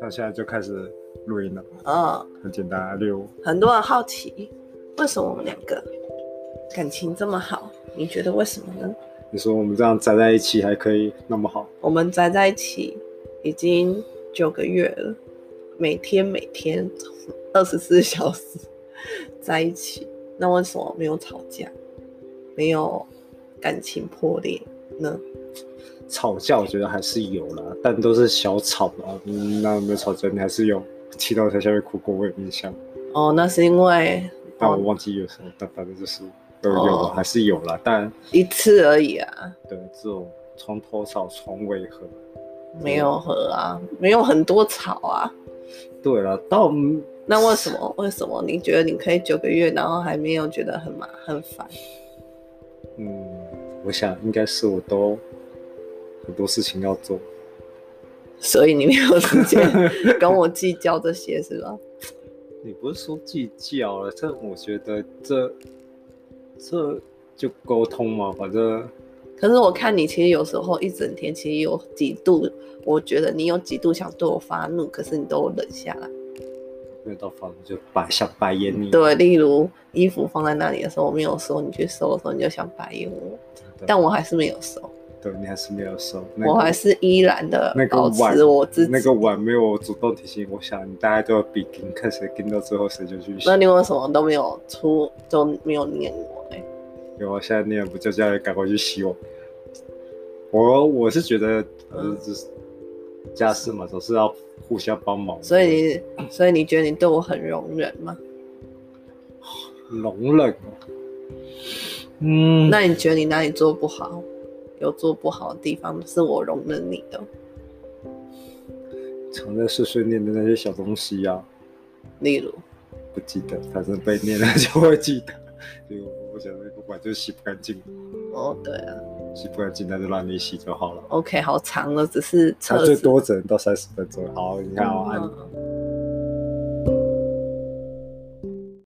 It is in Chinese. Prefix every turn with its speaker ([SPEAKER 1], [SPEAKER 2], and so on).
[SPEAKER 1] 那现在就开始录音了，
[SPEAKER 2] 嗯，
[SPEAKER 1] 很简单啊，六
[SPEAKER 2] 很多人好奇，为什么我们两个感情这么好？你觉得为什么呢？
[SPEAKER 1] 你说我们这样宅在一起还可以那么好，
[SPEAKER 2] 我们宅在一起已经九个月了，每天每天二十四小时在一起，那为什么没有吵架，没有感情破裂呢？
[SPEAKER 1] 吵架我觉得还是有啦，但都是小吵啦。嗯那有没有吵架，你还是有气到在下面哭过，我有印象，
[SPEAKER 2] 哦，那是因为
[SPEAKER 1] 但我忘记有什么，但反正就是都有啦
[SPEAKER 2] 哦
[SPEAKER 1] 还是有啦。但
[SPEAKER 2] 一次而已啊，
[SPEAKER 1] 对这种从头吵从尾和，
[SPEAKER 2] 没有和啊，没有很多吵啊。
[SPEAKER 1] 对了，到
[SPEAKER 2] 那为什么？为什么你觉得你可以九个月，然后还没有觉得很麻很烦？
[SPEAKER 1] 嗯，我想应该是我都很多事情要做，
[SPEAKER 2] 所以你没有时 间跟我计较这些是吧？
[SPEAKER 1] 你不是说计较了？这我觉得这这就沟通嘛，反正
[SPEAKER 2] 可是我看你其实有时候一整天，其实有几度，我觉得你有几度想对我发怒，可是你都有忍下来。
[SPEAKER 1] 没有到房就白想白眼你。
[SPEAKER 2] 对，例如衣服放在那里的时候，我没有收，你去收的时候你就想白眼我，
[SPEAKER 1] 对，
[SPEAKER 2] 但我还是没有收，
[SPEAKER 1] 对你还是没有收，嗯那个
[SPEAKER 2] 我还是依然的
[SPEAKER 1] 那个
[SPEAKER 2] 保
[SPEAKER 1] 碗
[SPEAKER 2] 持我自己。
[SPEAKER 1] 那个碗没有主动提醒，我想你大家都有比拼，看谁拼到最后谁就去洗
[SPEAKER 2] 那。你为什么都没有出，就没有念我欸嘞？
[SPEAKER 1] 有啊，现在你也不就叫人赶快去洗碗。我我是觉得，呃
[SPEAKER 2] 嗯，
[SPEAKER 1] 就是家事嘛，总是要互相帮忙的。
[SPEAKER 2] 所以你，所以你觉得你对我很容忍吗？
[SPEAKER 1] 容忍哦。嗯，
[SPEAKER 2] 那你觉得你哪里做不好？有做不好的地方是我容忍你的，
[SPEAKER 1] 常在碎碎念的那些小东西啊，
[SPEAKER 2] 例如
[SPEAKER 1] 不记得，反正被念了就会记得。所以我想那个碗就洗不干净，
[SPEAKER 2] 哦，对啊
[SPEAKER 1] 洗不干净那就让你洗就好了。
[SPEAKER 2] ，OK，好长了，只是
[SPEAKER 1] 它
[SPEAKER 2] 测
[SPEAKER 1] 最
[SPEAKER 2] 试。
[SPEAKER 1] 多只能到三十分钟。好，你看哦，
[SPEAKER 2] 嗯
[SPEAKER 1] 按
[SPEAKER 2] 嗯